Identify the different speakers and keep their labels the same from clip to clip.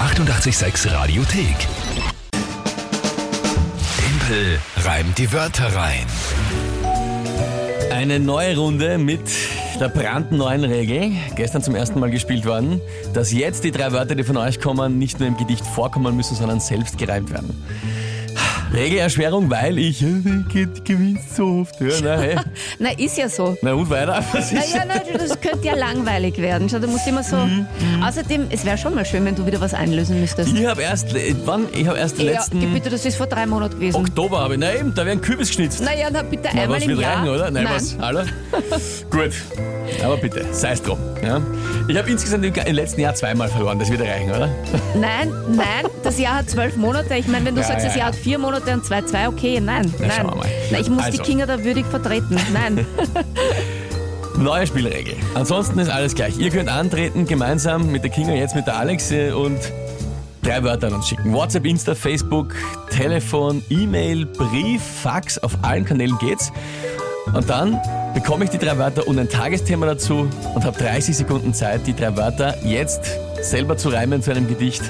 Speaker 1: 886 Radiothek. Tempel reimt die Wörter rein.
Speaker 2: Eine neue Runde mit der brandneuen Regel, gestern zum ersten Mal gespielt worden, dass jetzt die drei Wörter, die von euch kommen, nicht nur im Gedicht vorkommen müssen, sondern selbst gereimt werden. Regelerschwerung, weil ich gewinnt so oft. Ja, na, hey.
Speaker 3: Na, ist ja so.
Speaker 2: na und weiter. Was ist
Speaker 3: Naja, na, das könnte ja langweilig werden. Schau, du musst immer so.
Speaker 2: Mhm,
Speaker 3: Außerdem, es wäre schon mal schön, wenn du wieder was einlösen müsstest.
Speaker 2: Ich habe erst, le- wann? Ich habe erst letzten
Speaker 3: Ja, bitte, das ist vor drei Monaten gewesen.
Speaker 2: Oktober habe ich. Na eben, da werden Kürbis geschnitzt.
Speaker 3: Naja, na bitte
Speaker 2: Na,
Speaker 3: einmal
Speaker 2: was
Speaker 3: im
Speaker 2: wird
Speaker 3: Jahr.
Speaker 2: rein, oder? Nein, was? Hallo? Gut. Aber bitte, sei es drum. Ja? Ich habe insgesamt im, ga- im letzten Jahr zweimal verloren, das wird reichen, oder?
Speaker 3: Nein, nein, das Jahr hat zwölf Monate. Ich meine, wenn du
Speaker 2: Ja,
Speaker 3: sagst,
Speaker 2: ja,
Speaker 3: das
Speaker 2: ja.
Speaker 3: Jahr hat vier Monate und zwei, zwei, okay, nein,
Speaker 2: Na,
Speaker 3: nein.
Speaker 2: schauen wir mal.
Speaker 3: Na, ich muss
Speaker 2: Also.
Speaker 3: die Kinder da würdig vertreten. Nein.
Speaker 2: Neue Spielregel. Ansonsten ist alles gleich. Ihr könnt antreten, gemeinsam mit der Kinga, jetzt mit der Alex äh, und drei Wörter an uns schicken. WhatsApp, Insta, Facebook, Telefon, E-Mail, Brief, Fax, auf allen Kanälen geht's. Und dann bekomme ich die drei Wörter und ein Tagesthema dazu und habe 30 Sekunden Zeit, die drei Wörter jetzt selber zu reimen zu einem Gedicht,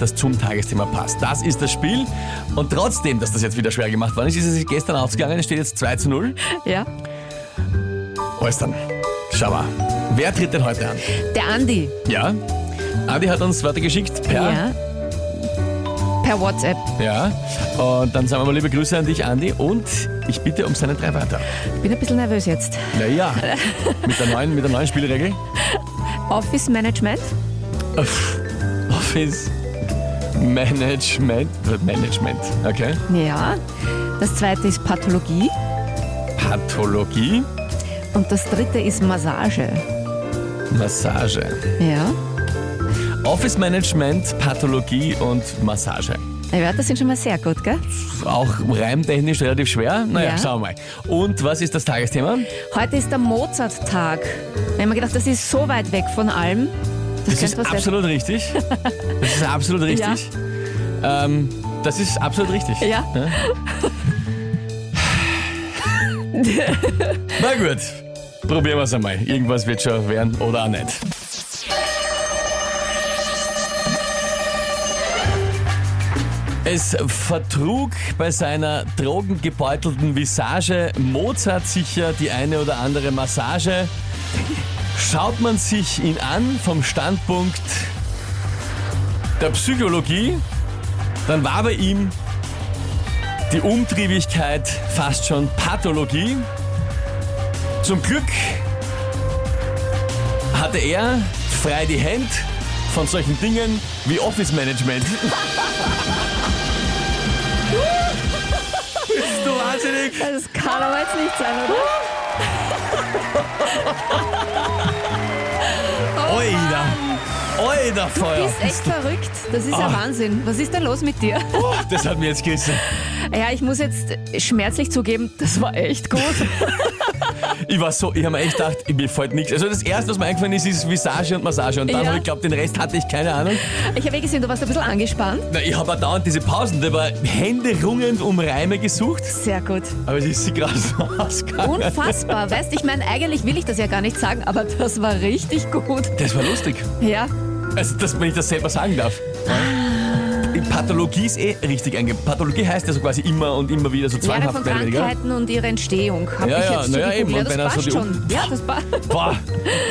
Speaker 2: das zum Tagesthema passt. Das ist das Spiel. Und trotzdem, dass das jetzt wieder schwer gemacht worden ist, ist es sich gestern ausgegangen. Es steht jetzt 2 zu 0.
Speaker 3: ja.
Speaker 2: Äußern. Schau mal. Wer tritt denn heute an?
Speaker 3: Der Andi.
Speaker 2: Ja. Andi hat uns Wörter geschickt per.
Speaker 3: Ja. Per WhatsApp.
Speaker 2: Ja. Und dann sagen wir mal liebe Grüße an dich, Andi. Und ich bitte um seine drei Wörter.
Speaker 3: Ich bin ein bisschen nervös jetzt.
Speaker 2: Naja, mit der neuen, mit der neuen Spielregel.
Speaker 3: Office Management.
Speaker 2: Uff. Office Management. äh, Management. Okay.
Speaker 3: Ja. Das zweite ist Pathologie.
Speaker 2: Pathologie.
Speaker 3: Und das dritte ist Massage.
Speaker 2: Massage.
Speaker 3: Ja.
Speaker 2: Office Management, Pathologie und Massage.
Speaker 3: Ja, das sind schon mal sehr gut, gell?
Speaker 2: Auch reimtechnisch relativ schwer. Naja,
Speaker 3: Ja.
Speaker 2: schauen wir mal. Und was ist das Tagesthema?
Speaker 3: Heute ist der Mozart-Tag. Wir haben mir gedacht, das ist so weit weg von allem.
Speaker 2: Das
Speaker 3: Das,
Speaker 2: ist
Speaker 3: könnte was sein.
Speaker 2: absolut richtig. Das ist absolut richtig. Ähm, das ist absolut richtig.
Speaker 3: Ja.
Speaker 2: Na gut, probieren wir es einmal. Irgendwas wird schon werden oder auch nicht. Es vertrug bei seiner drogengebeutelten Visage Mozart sicher die eine oder andere Massage. Schaut man sich ihn an vom Standpunkt der Psychologie, dann war bei ihm die Umtriebigkeit fast schon Pathologie. Zum Glück hatte er frei die Hand von solchen Dingen wie Office Management. Bist du wahnsinnig?
Speaker 3: Das kann aber jetzt nicht sein, oder?
Speaker 2: Oida! Oida
Speaker 3: Du
Speaker 2: Feuer!
Speaker 3: bist Oh, echt verrückt. Das ist ja
Speaker 2: Ah.
Speaker 3: Wahnsinn. Was ist denn los mit dir?
Speaker 2: Puh, Oh, Das hat mir jetzt gerissen.
Speaker 3: Ja, ich muss jetzt schmerzlich zugeben, das war echt gut.
Speaker 2: Ich war so, ich habe mir echt gedacht, mir fällt nichts. Also das erste, was mir eingefallen ist, ist Visage und Massage. Und dann
Speaker 3: Ja.
Speaker 2: habe ich glaubt, den Rest hatte ich keine Ahnung.
Speaker 3: Ich habe eh gesehen, du warst ein bisschen angespannt.
Speaker 2: Na, ich habe dauernd diese Pausen, da war händeringend um Reime gesucht.
Speaker 3: Sehr gut.
Speaker 2: Aber es ist sie gerade so ausgegangen.
Speaker 3: Unfassbar. Weißt, ich meine, eigentlich will ich das ja gar nicht sagen, aber das war richtig gut.
Speaker 2: Das war lustig.
Speaker 3: Ja.
Speaker 2: Also, dass man nicht das selber sagen darf.
Speaker 3: Ah.
Speaker 2: Pathologie ist eh richtig eingegeben. Pathologie heißt ja so quasi immer und immer wieder, so
Speaker 3: Lehre
Speaker 2: zwanghaft
Speaker 3: von
Speaker 2: mehr oder weniger.
Speaker 3: Krankheiten und ihre Entstehung habe
Speaker 2: Ja,
Speaker 3: ich
Speaker 2: ja,
Speaker 3: jetzt so
Speaker 2: na ja, eben.
Speaker 3: gegoogelt.
Speaker 2: Und wenn
Speaker 3: Ja,
Speaker 2: er
Speaker 3: das
Speaker 2: so
Speaker 3: passt
Speaker 2: die
Speaker 3: schon. Ja, das passt.
Speaker 2: Boah.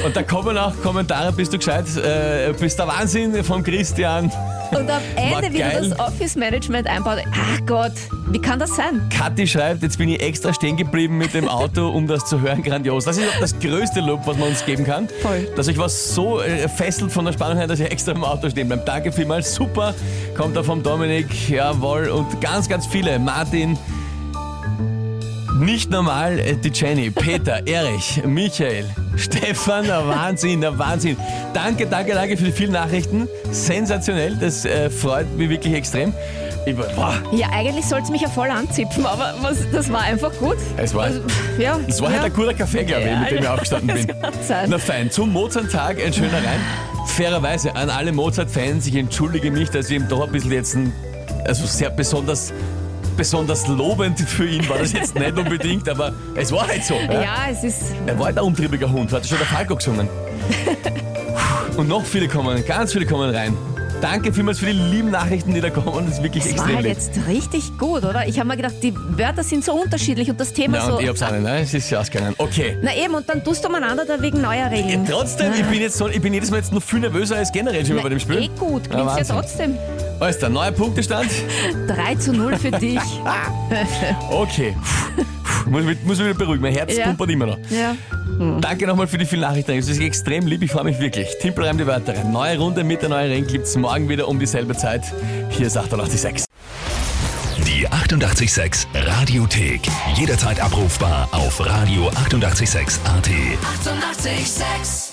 Speaker 2: Und da kommen auch Kommentare, bist du gescheit, äh, bist der Wahnsinn vom Christian.
Speaker 3: Und am Ende wieder
Speaker 2: geil.
Speaker 3: das Office Management einbaut. Ach Gott, wie kann das sein?
Speaker 2: Kathi schreibt, jetzt bin ich extra stehen geblieben mit dem Auto, um das zu hören. Grandios. Das ist auch das größte Lob, was man uns geben kann.
Speaker 3: Voll.
Speaker 2: Dass euch was so äh, fesselt von der Spannung her, dass ihr extra im Auto stehen bleibt. Danke vielmals. Super. Kommt da vom Dominik. Jawohl. Und ganz, ganz viele. Martin. Nicht normal, äh, die Jenny, Peter, Erich, Michael, Stefan, der Wahnsinn, der Wahnsinn. Danke, danke, danke für die vielen Nachrichten. Sensationell, das äh, freut mich wirklich extrem. Ich, war- boah,
Speaker 3: Ja, eigentlich sollte es mich ja voll anzipfen, aber was, das war einfach gut.
Speaker 2: es war...
Speaker 3: Also, Ja,
Speaker 2: Das war
Speaker 3: ja.
Speaker 2: halt ein guter Kaffee, glaube ich,
Speaker 3: Ja,
Speaker 2: mit dem ich
Speaker 3: das
Speaker 2: aufgestanden bin.
Speaker 3: kann sein.
Speaker 2: Na fein, zum Mozart-Tag ein schöner Reim. Fairerweise an alle Mozart-Fans, ich entschuldige mich, dass ich ihm doch ein bisschen jetzt, ein, also sehr besonders, besonders lobend für ihn war das jetzt nicht unbedingt, aber es war halt so. ja.
Speaker 3: Ja, es ist.
Speaker 2: Er war halt ein umtriebiger Hund, hat schon der Falco gesungen. Und noch viele kommen, ganz viele kommen rein. Danke vielmals für die lieben Nachrichten, die da kommen. Das ist wirklich
Speaker 3: Das
Speaker 2: extrem
Speaker 3: war halt
Speaker 2: lieb.
Speaker 3: jetzt richtig gut, oder? Ich habe mir gedacht, die Wörter sind so unterschiedlich und das Thema
Speaker 2: Ja,
Speaker 3: so.
Speaker 2: und ich hab's auch nicht. Nein, es ist ja ausgegangen. Okay.
Speaker 3: Na eben, und dann tust du umeinander da wegen neuer Regeln.
Speaker 2: Trotzdem, ich bin jetzt so, ich bin jedes Mal jetzt noch viel nervöser als generell schon mal bei dem Spiel.
Speaker 3: Eh gut,
Speaker 2: Ja,
Speaker 3: gewinnst ja
Speaker 2: Wahnsinn.
Speaker 3: trotzdem.
Speaker 2: Alles klar, neuer Punktestand.
Speaker 3: 3 zu 0 für dich.
Speaker 2: Okay. Puh, puh, Muss, mich- muss mich wieder beruhigen, mein Herz
Speaker 3: Ja.
Speaker 2: pumpert immer noch.
Speaker 3: ja.
Speaker 2: Danke nochmal für die vielen Nachrichten. Es ist extrem lieb, ich freue mich wirklich. Timpel reimt die Wörter rein. Neue Runde mit der neuen Ring gibt's morgen wieder um dieselbe Zeit. Hier ist 886.
Speaker 1: Die 886 Radiothek. Jederzeit abrufbar auf radio886.at. 886! 886.
Speaker 4: 886